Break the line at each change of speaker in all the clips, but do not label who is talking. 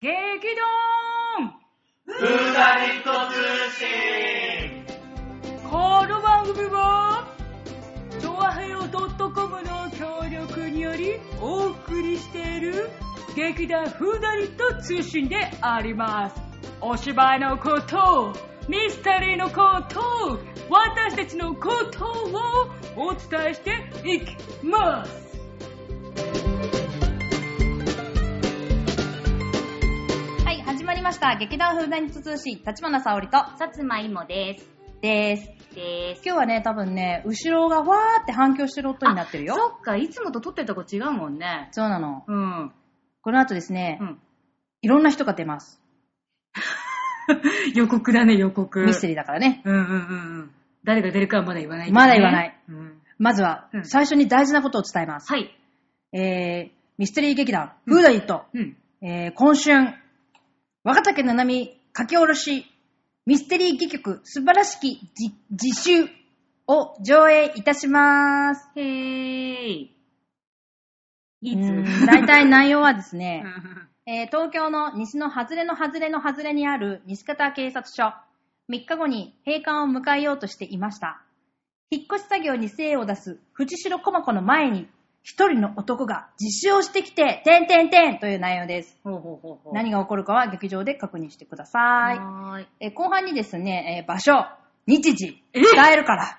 劇
ふーダリット通信
団この番組はチョアヘヨ .com の協力によりお送りしている劇団フーダリット通信でありますお芝居のことミステリーのこと私たちのことをお伝えしていきます
はい、始まりました。劇団風団日通信、立花沙織と、
さつまいもです。
です。
です。
今日はね、多分ね、後ろがわーって反響してる音になってるよ。
そっか、いつもと撮ってたとこ違うもんね。
そうなの。
うん。
この後ですね、
うん。
いろんな人が出ます。
予告だね、予告。
ミステリーだからね。
うんうんうんうん。誰が出るかはまだ言わない、
まだ言わない。
うん。
まずは、
うん
最初に大事なことを伝えます。
はい。
えー、ミステリー劇団、フーダリット、
うん。
えー、今春、若竹七海書き下ろし、ミステリー劇曲、素晴らしき自自習を上映いたします。
へーい。い
うん大体内容はですね、
うん
えー東京の西の外れの外れの外れにある西方警察署。3日後に閉館を迎えようとしていました。引っ越し作業に精を出す藤代駒子の前に、一人の男が自首をしてきて、てんてんてんという内容です。
ほうほうほうほう。
何が起こるかは劇場で確認してください。
はーい。
えー後半にですね、えー場所、日時、伝えるから、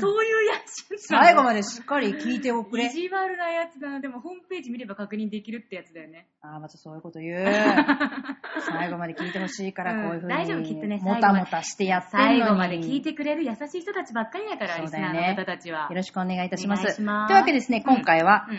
そういうやつ
最後
で。
までしっかり聞いておく
意
れ。
地悪なやつだな。でもホームページ見れば確認できるってやつだよね。
ああ、またそういうこ と言う。最後まで聞いてほしいから、こういうふう
うん大丈夫きっと
に、
ね
もたもたしてやってんのに
最後まで聞いてくれる優しい人たちばっかりだから、
そう
リス
だよ
ナ
ね
ーの方たちは。
よろしくお願いいたします。
お願いします
というわけでですね、
うん
今回は、
うん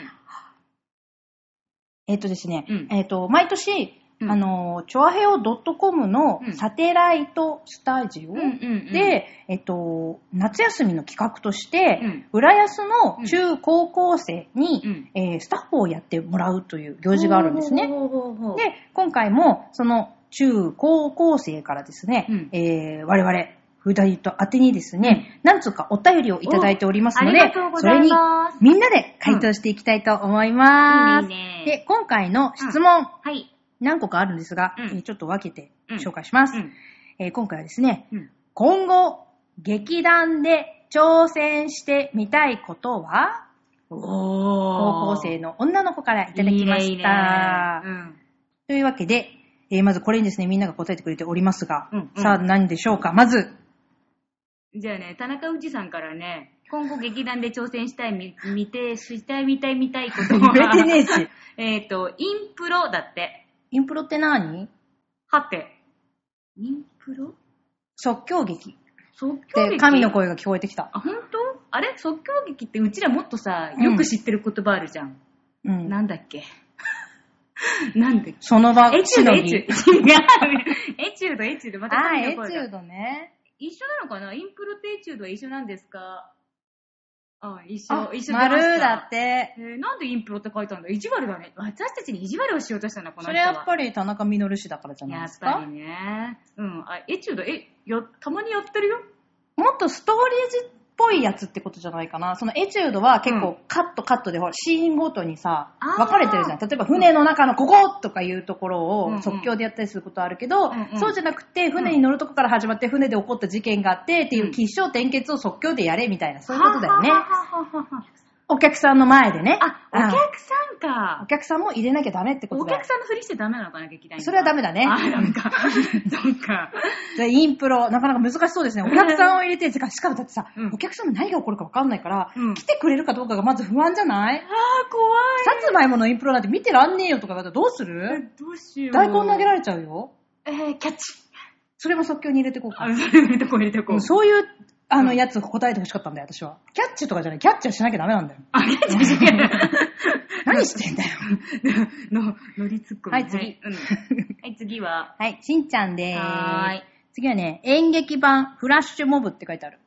えっ、とですね、
うん
えっ、と、毎年、
うん
あの、チョアヘオ .com の
うん
サテライトスタジオで、
うんうんうん
えっ、と、夏休みの企画として、
うん
浦安の中高校生に、
うん
えースタッフをやってもらうという行事があるんですね。
ほうほうほうほうほう
で、今回も、その中高校生からですね、
うん
えー我々、フーダリット宛てにですね、何つうかお便りをいただいておりますので
おありがとう、ご
そ
ざ
れ
い
に
ます
みんなで回答していきたいと思います。
いいね
で、今回の質問、
はい。
何個かあるんですが、
うん
えーちょっと分けて紹介します、
うん
えー今回はですね、
うん
今後、劇団で挑戦してみたいことは
お
高
ー
校生の女の子からいただきま
い
した。
いねいいね
というわけで、えーまずこれにですね、みんなが答えてくれておりますが、
うんうん
さあ何でしょうかまず、
うんじゃあね、田中氏さんからね、今後劇団で挑戦したい、み見て、したい、見たい、見たいこと
言われてねえし。
えっと、インプロだって。
インプロって何
はて。インプロ
即興劇っ
即興
て
劇
神の声が聞こえてきた。
あ、本当？あれ即興劇ってうちらもっとさ、よく知ってる言葉あるじゃん。
うん。
なんだっけなんだっけ
その場
エチュード、エ
し
チュー
のぎ
ド。違うね。エチュード、エチュード。また
あー、
神
エ
の
チ
声が
ュードね。
一緒なのかなインプロとエチュードは一緒なんですかあ、一
あ
緒、一緒出ました
丸だっ。て。
えーなんでインプロって書いたんだ意地悪だね。私たちに意地悪をしようとしたんだ、この
そ
人
れ
は。
やっぱり田中みのる氏だからじゃない
や
で
っ
す
ぱ
か
り。ね。うん。あ、エチュード、え、よ、たまにやってるよ。
もっとストーリージっぽいやつってことじゃないかな。そのエチュードは結
う
構カットカットで、ほら、シーンごとにさ
あ、ー
分かれてるじゃん。例えば船の中のこことかいうところ
うんう
を
ん
即興でやったりすることあるけど、
うんうん
そうじゃなくて、船に乗るとこから始まって、船で起こった事件があってっていう起承転結を即興でやれみたいな、そういうことだよね
は。はははは
お客さんの前でね。
あ、お客
うん
さん
お
か。
客さんも入れなきゃダメってこと
お
だよ
客。さんのふりしてダメなのかな、劇団員
それはダメだね
あ、なん か。そっか。
でインプロ、なかなか難しそうですね。お客さんを入れて、しかしかもだってさ、
うん
お客さんも何が起こるか分かんないから、
うん
来てくれるかどうかがまず不安じゃない
あー、怖い。
さつまいものインプロなんて見てらんねえよとかだったらどうす
え
る
どうしよう。
大根投げられちゃうよ。
えー、キャッチ。
それも即興に入れてこうか
あ、。それ入れとこう入れとこう
う。
ん
そういう、あの、やつ答えてほしかったんだよ、私は。キャッチとかじゃない。キャッチはしなきゃダメなんだよ。
あ、キャッチしない
何してんだよ。
の、乗りつっこみ。
はい次
うんはい、次は。
はい、しんちゃんでーす。
はーい。
次はね、演劇版フラッシュモブって書いてある。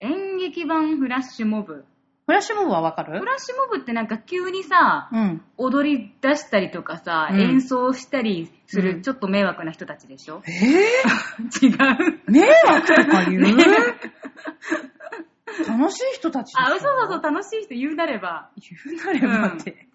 演劇版フラッシュモブ。
フラッシュモブはわか
フ
る
ラッシュモブってなんか急にさ、
うん。
踊り出したりとかさ、
うん
演奏したりす
うん
るちょっと迷惑な人たちで しょ、
え
違う。
ぇ、迷惑とか言う 楽しい人たちで しょ。
あ、そうそうそう、楽しい人言うなれば。
言うなればって。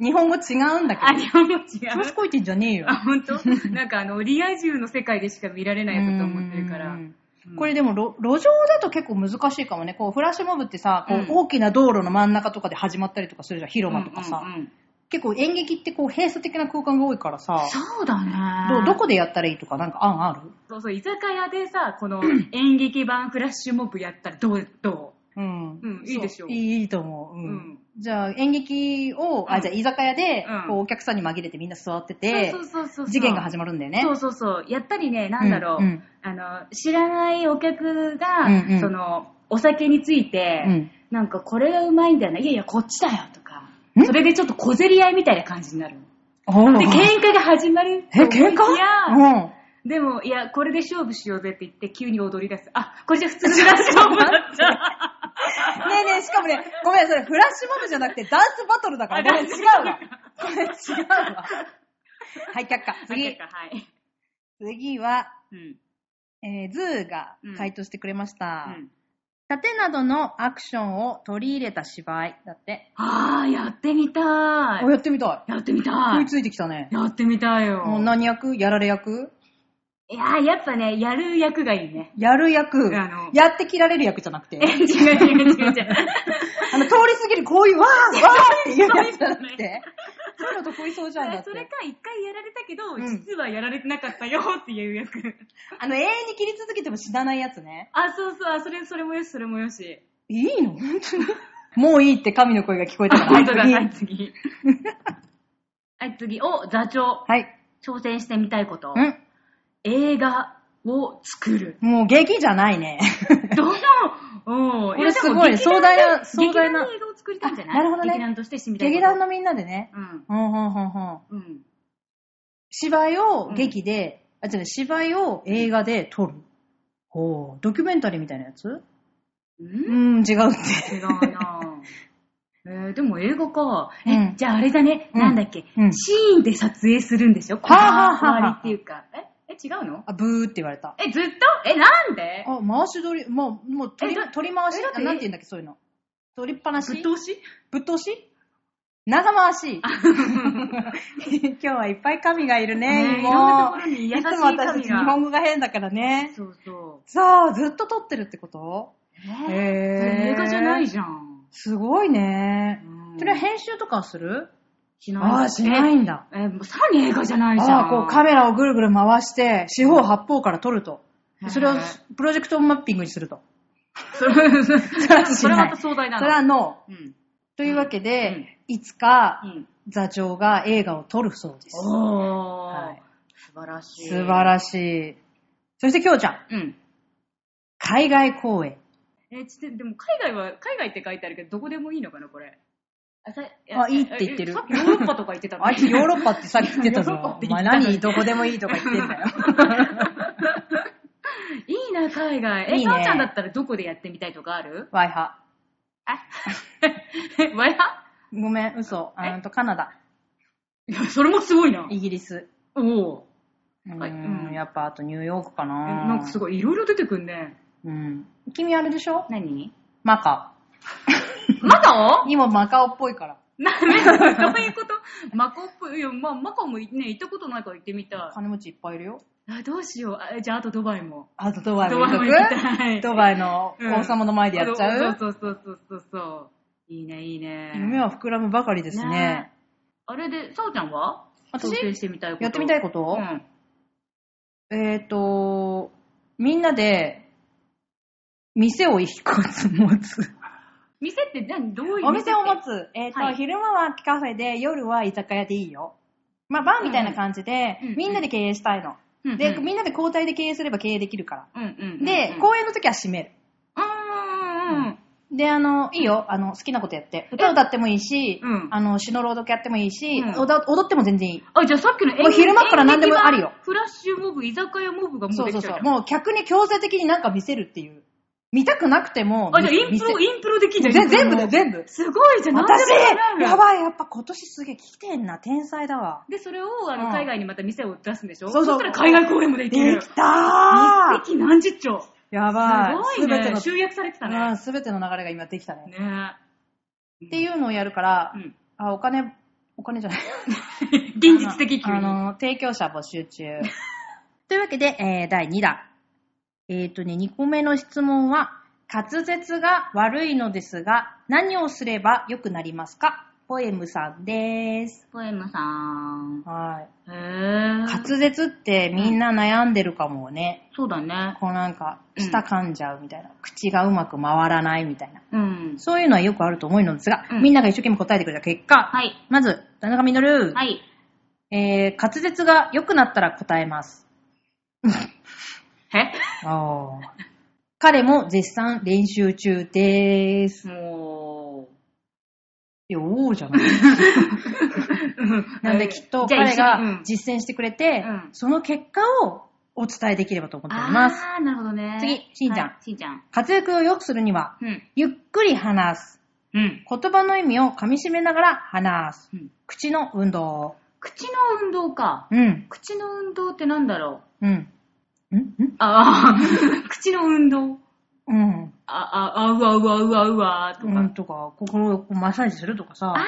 日本語違うんだ
あ、
け
日本語違う。
ど。調子こいてんじゃねえよ
あ、。本当？なんかあの、リア充の世界でしか見られないことを思ってるか
う
ら。
ん
うん
これでも路、路上だと結構難しいかもね。こう、フラッシュモブってさ、こう
うん
大きな道路の真ん中とかで始まったりとかするじゃん。広場とかさ。
うんうんうん
結構演劇ってこう、閉鎖的な空間が多いからさ、
そうだね。
どどこでやったらいいとかなんか案ある
そうそう、居酒屋でさ、この演劇版フラッシュモブやったらどう、ど
うん
うんいいでしょう
そういいいいと思う。
う
う
うんん。
じゃあ、演劇を、
う
あ、
ん
じゃあ居酒屋で、
うん
こう、お客さんに紛れてみんな座ってて
そう、そうそうそう。
事件が始
ま
まるんだよね。
そうそうそう。やったりね、なんだろう。
うん
あの、知らないお客が、
うんうん
その、お酒について、
うん
なんかこれがうまいんだよな、いやいや、こっちだよとか
ん、
それでちょっと小競り合いみたいな感じになるの。
おー
で、喧嘩が始まる。
え、喧嘩
いや、
うん。
でも、いや、これで勝負しようぜって言って、急に踊り出す。あ、これじゃ普通の勝負だった。
ねえねえ、しかもね、ごめん、それフラッシュモブじゃなくてダンスバトルだから、
あ
ごめん、
ダ
違
ンス
うわ。これ違うわ。はい、却下。
はい
次。
はい。
次は、
うん。
えー、ズーが回答してくれました。
うん
盾などのアクションを取り入れた芝居。だって。
あー、やってみた
お、やってみた
い。やってみた
い。食い
い。
ついてきたね。
やってみたいよ。
もう何役やられ役
いやー、やっぱね、やる役がいいね。
やる役
あの
やって切られる役じゃなくて
え、。違う違う 違う違う。
あの、通り過ぎるこういう、わーわ ーっていうやつじゃなくて。そういうの得意そうじゃんだっ
そ
て。
れか、一回やられたけど、
うん
実はやられてなかったよっていう役。
あの、永遠に切り続けても死なないやつね。
あ、そうそう、あそれ、それもよし、それもよ し。
いいの本当に。もういいって神の声が聞こえたから。
本当だ、
次
はい、次。 はい、次。お、座長。
はい。
挑戦してみたいこと。
うん。
映画を作 る。
もう劇じゃな いね。
どの、おー
これすごい
やでも
壮大な壮
劇団で
大な
劇団で映画を作りたいんじゃない
あなるほどね
劇団としてしてみたいこと。
劇団のみんなでね。
うん。
ほんほんほんほん。
うん。
芝居を劇で、あ、違う、芝居を映画で撮る。ほう、ドキュメンタリーみたいなやつうー
うん
ん、違うって。
違うなぁえー、でも映画か。え、
うん
じゃああれだね。
うん
なんだっけ、
うん
シーンで撮影するんでしょこだ
はあはあはあ
わりっていうか。え、え、違うの
あ、ブーって言われた。
え、ずっとえ、なんで
あ、回し撮り、もう、もう取り
えだ、
取り回し
えだっ、て
なんて言うんだっけ、そういうの。取りっぱなし。
ぶっ通し
ぶっ通し長回し。 今日はいっぱい神がいる
ね
ね、もう。
いろんなところに優しい神が
いつも私たち日本語が変だからね。
そうそう。
そう、ずっと撮ってるってこと
えそ
へー
れ映画じゃないじゃん。
すごいね。
うん
それは編集とかする
しない
ああ、しないんだ。
え、えもうさらに映画じゃないじゃん。
ああ、こうカメラをぐるぐる回して、四方八方から撮ると
へ。ー
それをプロジェクトマッピングにすると。
それそ
れはしな
れ
い
それはまた壮大な
それは
の。
ノー。
うん。
というわけで、
うん
いつか
うん。
座長が映画を撮るそうです。
おー、
はい
素晴らしい。
素晴らしい。そして、きょうちゃん、
うん。
海外公演。
えーちょっとでも海外は、海外って書いてあるけど、どこでもいいのかな、これ。あ、さ
あいいって言ってる
えさっきヨーロッパとか言ってた
あいつヨーロッパってさっき言ってたぞ。
ヨーロッパっ
お
て言っ
前
てたのに
何どこでもいいとか言って んだよ。
いいな、海外。え、
いいね
かおちゃんだったらどこでやってみたいとかある
ワイハ。
あえ、わや
ごめん、嘘。
え
あんと、カナダ、
いやそれもすごいな。
イギリス。
おお。
う
はい
ー、
うんん
やっぱあとニューヨークか
え
な。
なんかす
ごい。
ごい、いろいろ出てくんね。
うん。君あれでしょ
何
マカ
マカ
オ。
オ
今マカオっぽいから。
な、め どういうことマカオっぽい。いや、まあ、マカオもね、行ったことないから行ってみた
金持ちいっぱいいるよ。
い。あ、どうしよう。あじゃあ、あとドバイも。
あとドバイ
ド
も
バイ
行
も
く
行きたい。
ドバイの王様の前でやっちゃう、
そうそうそうそうそうそう。いいね、いいね。
夢は膨らむばかりですね。
ねあれで、さおちゃんは
私
挑戦してみたいこと。
やってみたいこと、
うん。
えっ、ー、と、みんなで、店を一個ずつ持つ。
店って何どういう
お店を持
つ。
つ。えっ、と、
はい
昼間はカフェで、夜は居酒屋でいいよ。まあ、バーみたいな感じで、
うんうん
みんなで経営したいの。
うんうん
で、みんなで交代で経営すれば経営できるから。
うんうんうんうん。
で、
う
公演の時は閉める。
ーん。
で、あの、いいよ、あの、好きなことやって。歌を歌ってもいいし、
うん
あの、詩の朗読やってもいいし、
うん
踊踊っても全然いい。
あ、じゃあさっきの演劇
もう昼間から何でもあるよ。
フラッシュモブ、居酒屋モブがも
そうう
で
そ
き
う
ちゃ
そうう。
じゃん。
もう客に強制的になんか見せるっていう。見たくなくても。
あ、じゃあイン
見せ
プロ、インプロできんじゃん。
ぜ全部
イ
だ
ン
よ、
プ
全部
ロ。すごいじゃん。何
私
でもやる
やばい、やっぱ今年すげえ来てんな、天才だわ。
で、それを、あ
うん
の、海外にまた店を出すんでしょ
そうそ
し
う
たら海外公演もで
で
きる。
きたー
一匹何十兆。
いやばい。
すごい
全て
ね。
の
集約されてた
あー
ね。
全ての流れが今できたね。
ね
っていうのをやるから、
うん
あ、お金、お金 じゃない。
現実的急
あ
に。
の、提供者募集中。 というわけで、えー第2弾。えっ、とね、2個目の質問は、滑舌が悪いのですが、何をすれば良くなりますかポエムさんです。
ポエムさん。
はい。
へぇー。
滑舌ってみんな悩んでるかもね。
そうだね。
こうなんか、
うん
舌噛んじゃうみたいな。口がうまく回らないみたいな。
うん。
そういうのはよくあると思うのですが、
うん
みんなが一生懸命答えてくれた結果、
はい。
まず、田中みのる、
はい。
えー、滑舌が良くなったら答えます。
え
ああ。彼も絶賛練習中でーす。
も
いや、おーじゃ ない。
う。
なんできっと
じゃあ
彼
一緒にうん
が実践してくれて、
うん
その結果をお伝えできればと思っております。
あー、なるほどね。
次しんちゃん
はいしんちゃん。
活躍を良くするには、
うん。
ゆっくり話す。
うん。
言葉の意味を噛み締めながら話す。
うん
口の運動。
口の運動か。
うん。
口の運動ってなんだろ
うん。んん
う。ああ、 口の運動。
うん。
あ、あ、あうわうわうわうわとか。
うんとか、心をこうマッサージするとかさ。
あ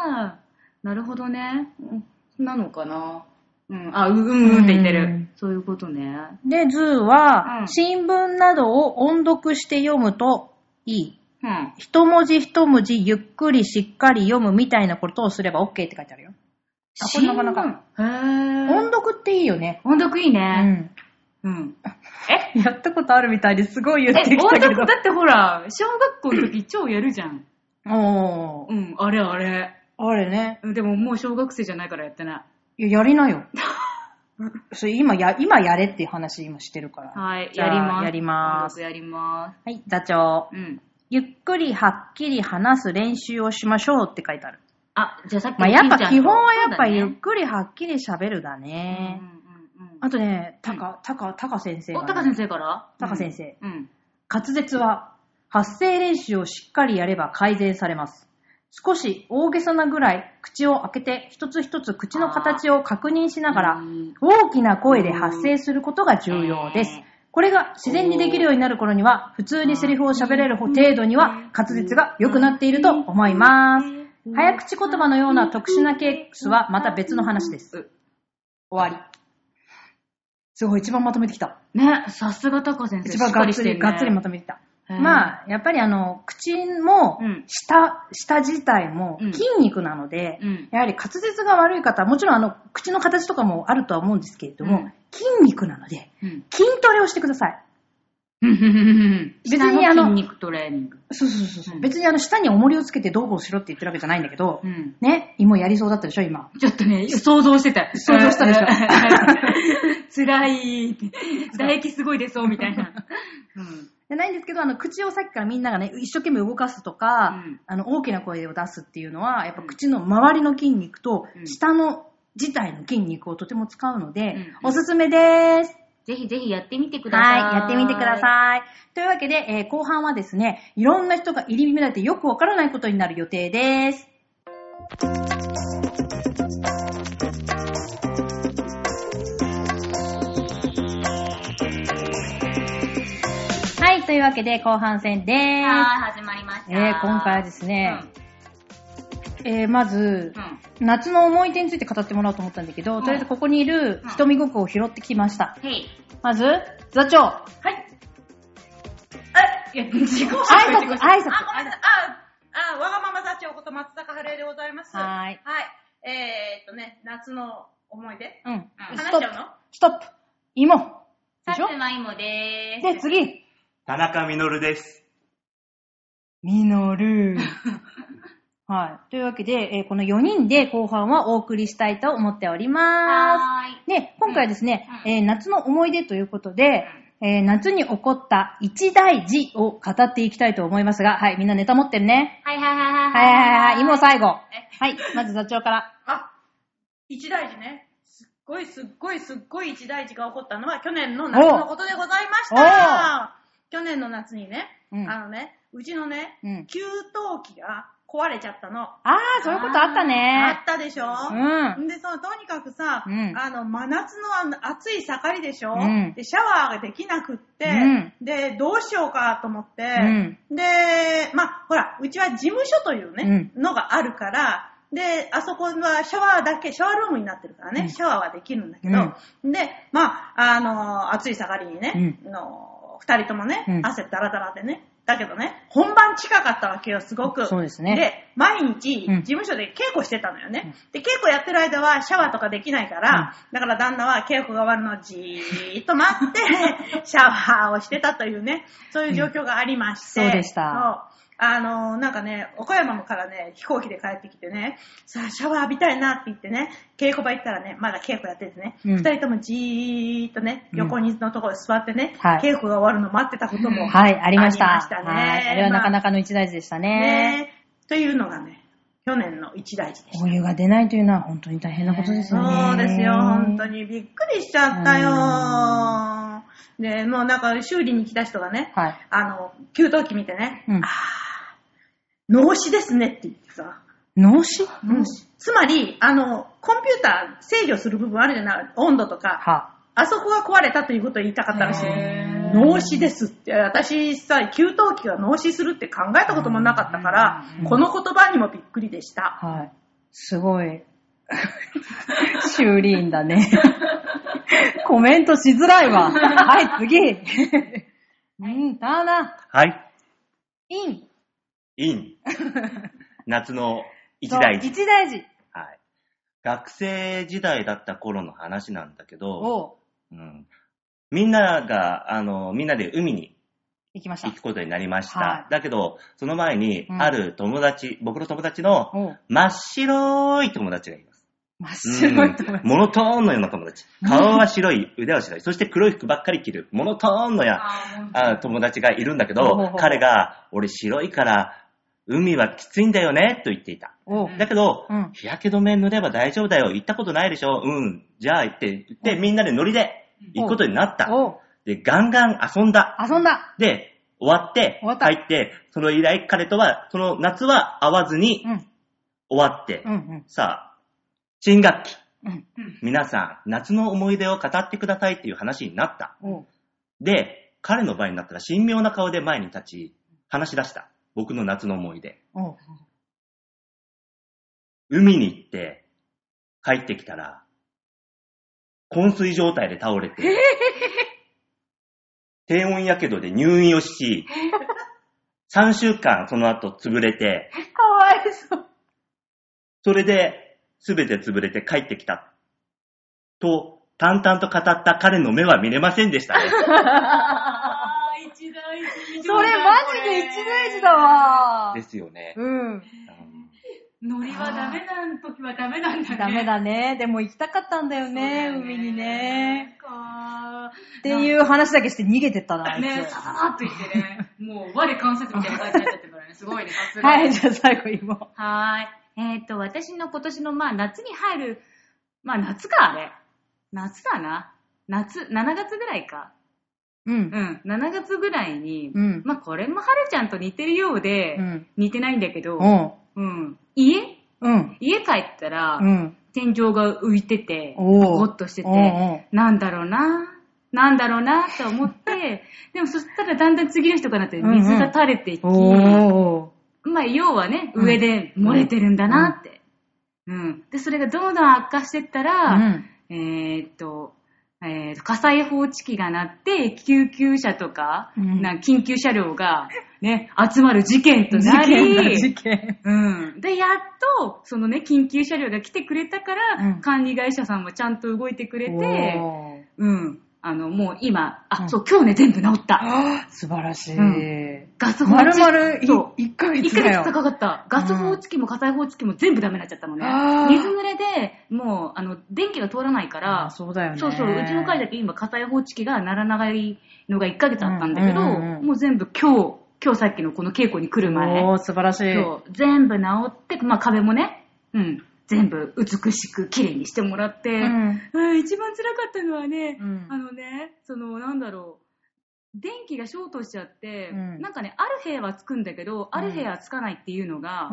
あ、なるほどね。うんなのかな。うん、あ、うんうんうんって言って
う
る
ん。
そういうことね。
で、ズー
う
は、
ん
新聞などを音読して読むといい。
うん。
一文字一文字ゆっくりしっかり読むみたいなことをすれば OK って書いてあるよ。あこれなかなか。
新聞。へ
音
え。
読っていいよね。
音読いいうね。
ん。
うん。 え
やったことあるみたいですごい言
え、
ってき
音
たけど
読。だってほら、小学校の時超やるじゃん。
おー。
うん、あれあれ。
あれね。
うんでももう小学生じゃないからやってない。
いや、やりなよ。 それ今や、今やれっていう話今してるから。
はい、
じゃ
や
あ
ります。
やりま
音
す。
読やりま
はい、座長。
す。うん。
ゆっくりはっきり話す練習をしましょうって書いてある。
あ、じゃあさっき
ま
の
あ、
しん
やっ
ちゃんと
ぱ基本はやっぱゆっ
そう
くりはっきり喋るだ
だ
ね
ね。うんうんうん
あとね、たか、たか、たか先生が
お、
ね、
高先生から
高先生。
うん。
滑舌は発声練習をしっかりやれば改善されます。少し大げさなぐらい口を開けて一つ一つ口の形を確認しなが
う
ら
ん
大きな声で発声することが重要です
うん。
これが自然にできるようになる頃には普通にセリフを喋れる程度には滑舌が良くなっていると思います。早口言葉のような特殊なケースはまた別の話です。終わり。すごい、一番まとめてきた。
ね、さすが高先生。
一番
しっか
がっ
り
つ
し
り、
てるね
がっつりまとめてきた。
へー
まあ、やっぱりあの、口も
うん、
舌、舌自体も
うん
筋肉なので、
うん
やはり滑舌が悪い方は、もちろんあの、口の形とかもあるとは思うんですけれども、
うん
筋肉なので、
うん。
筋トレをしてください。別
別
に
に
あ
あの。
の
筋肉トレーニング。
そうそうそうそう、
うん
別にあの、舌に重りをつけてどうこうしろって言ってるわけじゃないんだけど、
うん。
ね、今やりそうだったでしょ、今。
ちょっとね、想像してた。
想像したでしょ
ょ。辛いって。唾液すごい出そう、みたいな。うん。
じゃないんですけど、あの、口をさっきからみんながね、一生懸命動かすとか、
うん
あの、大きな声を出すっていうのは、やっぱ口の周りの筋肉と
う、ん
舌の自体の筋肉をとても使うので、
うん
おすすめです。
ぜひぜひやってみてくださ。
はいい、やってみてください。というわけで、えー後半はですね、いろんな人が入り乱れてよくわからないことになる予定です。はい、というわけで後半戦で
い
す。
はい、始まりました。
えー今回はですね、えーまず
う、ん。
夏の思い出について語ってもらおうと思ったんだけど、
うん
とりあえずここにいる
うん
瞳ごくを拾ってきました。
うん。へい。
まず、座長、
はい。あ、いや、自己紹介
挨拶、挨拶。
あ、ごめんなさい。あ、あ、わがまま座長こと松坂春江でございます。は
はい。
い。えーっとね、夏の思い出。
うん。
話
ス
し
ト
ち
ッ
ゃう
プ。
の
ストップ。芋。で
さ
しょ
つまいもでー
で、
す。
次。
田中みのるです。
みのる。はい。というわけで、えーこの4人で後半はお送りしたいと思っておりま
はーい。
す。で、今回はですね、
うん
えー夏の思い出ということで、えー夏に起こった一大事を語っていきたいと思いますが、はい、みんなネタ持ってるね。
はいはいはいは
はい
い。
はいはいはい、芋最後。は
え
い、まず座長から。
あ、一大事ね。すっごいすっごいすっごい一大事が起こったのは去年の夏のことでございました。去年の夏にね、
うん
あのね、うちのね、
うん
給湯器が壊れちゃったの。
あー、そういうことあった
あ
ね
っ。たでしょ
うん。
でさ、とにかくさ、
うん
あの、真夏のあの暑い盛りでしょ、
うん
で、シャワーができなくって、
うん
で、どうしようかと思って、
うん
で、まあ、ほら、うちは事務所というね、のがあるから、で、あそこはシャワーだけ、シャワールームになってるからね、
うん
シャワーはできるんだけど、で、まあ、あの、暑い盛りにね、の二人ともね、
うん
汗ダラダラでね、だけどね、本番近かったわけよ、すごく。
そうですね
で、毎日、
うん
事務所で稽古してたのよね。で、稽古やってる間はシャワーとかできないから、だから旦那は稽古が終わるのをじーっと待って、 シャワーをしてたというね、そういう状況がありまして。
うんそうでした
そう。あのーなんかね、岡山からね、飛行機で帰ってきてね、さあ、シャワー浴びたいなって言ってね、稽古場行ったらね、まだ稽古やっててね、
う
二、
ん
人ともじーっとね、横にのところに座ってね、
はい
稽古が終わるの待ってたことも、
はい、ありました。
ありましたね
はい。あれはなかなかの一大事でしたね。
ねというのがね、去年の一大事でした。
お湯が出ないというのは本当に大変なことですよね。
そうですよ、本当。に。びっくりしちゃったよ。で、もうなんか修理に来た人がね、
はい。
あの、給湯器見てね、
うん
あー、脳死ですねって言ってさ。
脳死
うんつまり、あの、コンピューター制御する部分あるじゃない、温度とか、
は。
あそこが壊れたということを言いたかったらしい。脳死ですって、私さ、給湯器が脳死するって考えたこともなかったから
う、ん
この言葉にもびっくりでした。
はい。すごい。 修理員だね。 コメントしづらいわ。はい、 次。うん、ターナ
はい。
イン。
イ ン。夏の一大
そう
事。
一大事。
はい。学生時代だった頃の話なんだけど、
を
うん、みんなが、あの、みんなで海に
行きました
行く。ことになりました。
はい
だけど、その前に、
うん
ある友達、僕の友達の
おう
真っ白い友達がいます。
真っ
う
白い
ん
と思います。
モノトーンのような友達。顔は白い、腕は白い、そして黒い服ばっかり着る、モノトーンのや、あ友達がいるんだけ
ほうほう
ど
ほう、
彼が、俺白いから、海はきついんだよね、と言っていた。
おう
だけど、
うん
日焼け止め塗れば大丈夫だよ、行ったことないでしょ、うん、じゃあ行って、行って、みんなでノリで行くことになった。
おう
で、ガンガン遊んだ。
遊んだ。
で、終わって、
終わった
入って、その以来彼とは、その夏は会わずに
うん。
終わって、
うんうん。
さあ、新学期。
うん。
皆さん、夏の思い出を語ってくださいっていう話になった。
おう
で、彼の場合になったら神妙な顔で前に立ち、話し出した。僕の夏の思い出。
おう
海に行って、帰ってきたら、昏睡状態で倒れ て、低温やけどで入院を し、3週間その後潰れて、
かわいそう。
それで、すべて潰れて帰ってきた。と、淡々と語った彼の目は見れませんでした ね。
あー、一大事。
それマジで一大事だわ
で。すよね。
うん。
うん
ノリはダメな時はダメなんだね。
ダメだ ね。でも行きたかったんだよね、
そうだよね
海にね。
か
っていう話だけして逃げてったな、あいつ。
ね、さささっと言ってね、 もう我関節みたいな感じになっちゃってるからね、すごいね、さ すが。
はい、じゃあ最後言おう。
はーい。えっ、と、私の今年の、まあ、夏に入る、まあ、夏か、あれ。夏だな。夏、7月ぐらいか。
うん。
うん。7月ぐらいに、
うん
まあ、これもはるちゃんと似てるようで、
うん
似てないんだけど、
うん。
うん。家
うん。
家帰ったら、
うん。
天井が浮いてて、
おー
ゴッとしてて
おーお、
なんだろうな、なんだろうなって思 って、でもそしたらだんだん次の人かなって
うんうん
水が垂れていき、
おー。
まあ要はね、
うん
上で漏れてるんだなって。うん。で、それがどんどん悪化してった
う
ら、
ん。
えーっと、えーっと火災報知器が鳴って、救急車とか、
うん
なんか緊急車両が、ね、集まる事件となり、
事件だ、事件。
うん。で、やっと、そのね、緊急車両が来てくれたから、
うん
管理会社さんもちゃんと動いてくれ
お
て、
ー
うん。あの、もう今、あ、
うん
そう、今日ね、全部治った。
素晴らしい。
うガス放
ま
置
るまる
そう
1ヶ
1
月
ヶ
だよ
月。高かった。ガス放置機も火災放置機も全部ダメになっちゃったのね
あー。
水濡れで、もう、あの、電気が通らないから、
あそうだよね。
そうそう、うちの会だけ今火災報知器がならないのが1ヶ月あったんだけど、
うんうんうんうん
もう全部今日、今日さっきのこの稽古に来る前、
おー、素晴らしい。
そう、全部治って、まあ壁もね、うん、全部美しく綺麗にしてもらって、
うん。
うん一番辛かったのはね、
うん
あのね、その、なんだろう、電気がショートしちゃって、
うん
なんかね、ある部屋はつくんだけど、ある部屋はつかないっていうのが、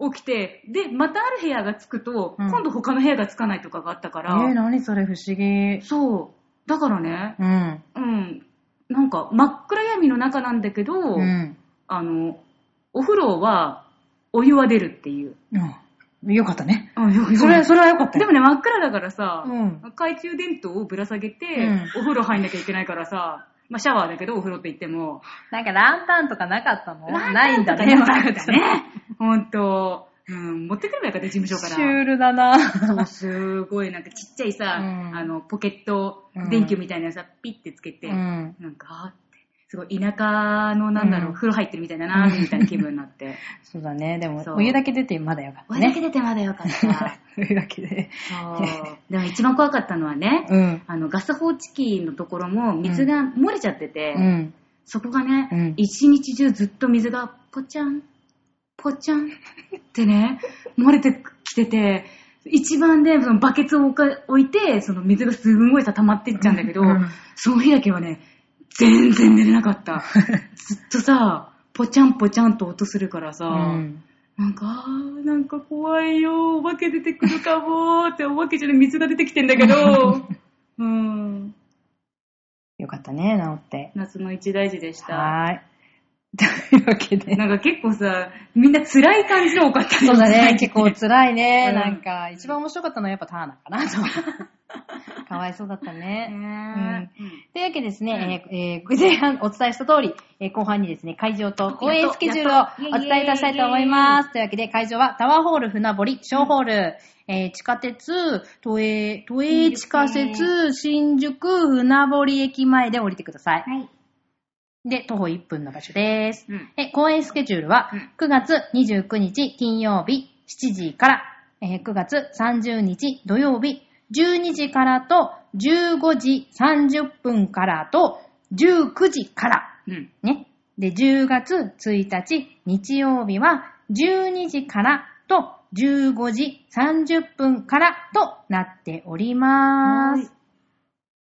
起きて、で、またある部屋がつくと、
うん
今度他の部屋がつかないとかがあったから、
えー、何それ不思議。
そう。だからね、
うん。
うん、なんか真っ暗闇の中なんだけど、
うん。
あの、お風呂は、お湯は出るっていう。
うんよかったね。
うん、よく
それ、それはよかった
で
よ。
もね、真っ暗だからさ、
うん。
懐中電灯をぶら下げて、
うん
お風呂入んなきゃいけないからさ、まあシャワーだけどお風呂って言っても、
なんかランタンとかなかったの
ラン
ないんだ
とか
ね。
ね、バカだね。ほんと、うん、持ってくればよかった、事務所
シ
か
ュ
ら。
ールだな。
そう、すごいなんかちっちゃいさ、
うん
あの、ポケット
うん
電球みたいなさ、ピッてつけて、
うん。
なんか、あーって、すごい田舎のなんだろう、
うん
風呂入ってるみたいだな、みたいな気分にな って。
そうだね。でも
そ、う
お湯だけ出てまだよかっ
お
た
湯だけ
ね。
出てまだよかった。
お湯だけで。
そう。でも一番怖かったのはね、
うん。
あの、ガス放置機のところも水が漏れちゃってて、
うん。
そこが
う
ね
ん、
一、日中ずっと水がポチャン、ポチャンってね、漏れてきてて、一番ね、そのバケツを置か置いて、その水がすんごいさ溜まってっちゃうんだけど、
うん
その日だけはね、全然寝れなかった。ずっとさ、ポチャンポチャンと音するからさ、
うん。
なんか、あーなんか怖いよ、お化け出てくるかもーって、お化けじゃない水が出てきてんだけ ど、うん、
よかったね、治って。
夏の一大事でした。
はーい。というわけで。
なんか結構さ、みんな辛い感じの多かった
そうだね、
辛い
結構辛いね。
うん
なんか、一番面白かったのはやっぱターナかな と。かわいそうだったね。
ねー。
というわけでですね、えーえー前半お伝えした通り、えー後半にですね、会場と公演スケジュールをお伝えいたしたいと思います。というわけで、会場はタワーホール船堀、小ホール、えー地下鉄、都営、都営地下鉄、新宿、船堀駅前で降りてください。
はい。
で、徒歩1分の場所です。
うん
え公演スケジュールは
うん、
9月29日金曜日7時から、えー9月30日土曜日12時からと、15時30分からと、19時から。
うん。
ね。で、10月1日日曜日は、12時からと、15時30分からとなっております。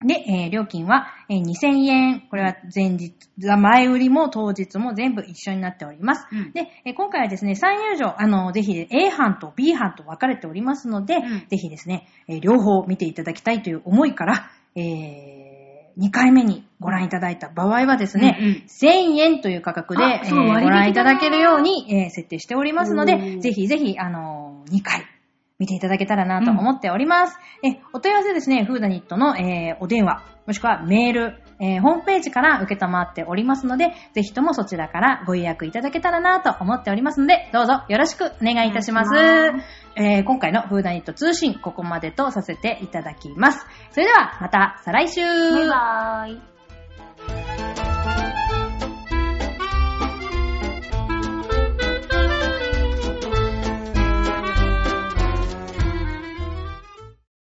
で、えー料金は、えー2000円。これは前日、前売りも当日も全部一緒になっております。
うん
で、えー今回はですね、三遊場、あの、ぜひ A 班と B 班と分かれておりますので、
ん
ぜひですね、えー両方見ていただきたいという思いから、え2回目にご覧いただいた場合はですね、
うんうん
1000円という価格で、
あそう
えー
割引だな
ご覧いただけるように、えー設定しておりますの
お
で、
ー
ぜひぜひ、あの2回見ていただけたらなと思っております。え、お問い合わせですね、フーダニットの、えーお電話、もしくはメール、えーホームページから受けたまっておりますので、ぜひともそちらからご予約いただけたらなと思っておりますので、どうぞよろしくお願いいたします。
お願いしま
えー今回のフーダニット通信、ここまでとさせていただきます。それでは、また、再来週
バイバーイ。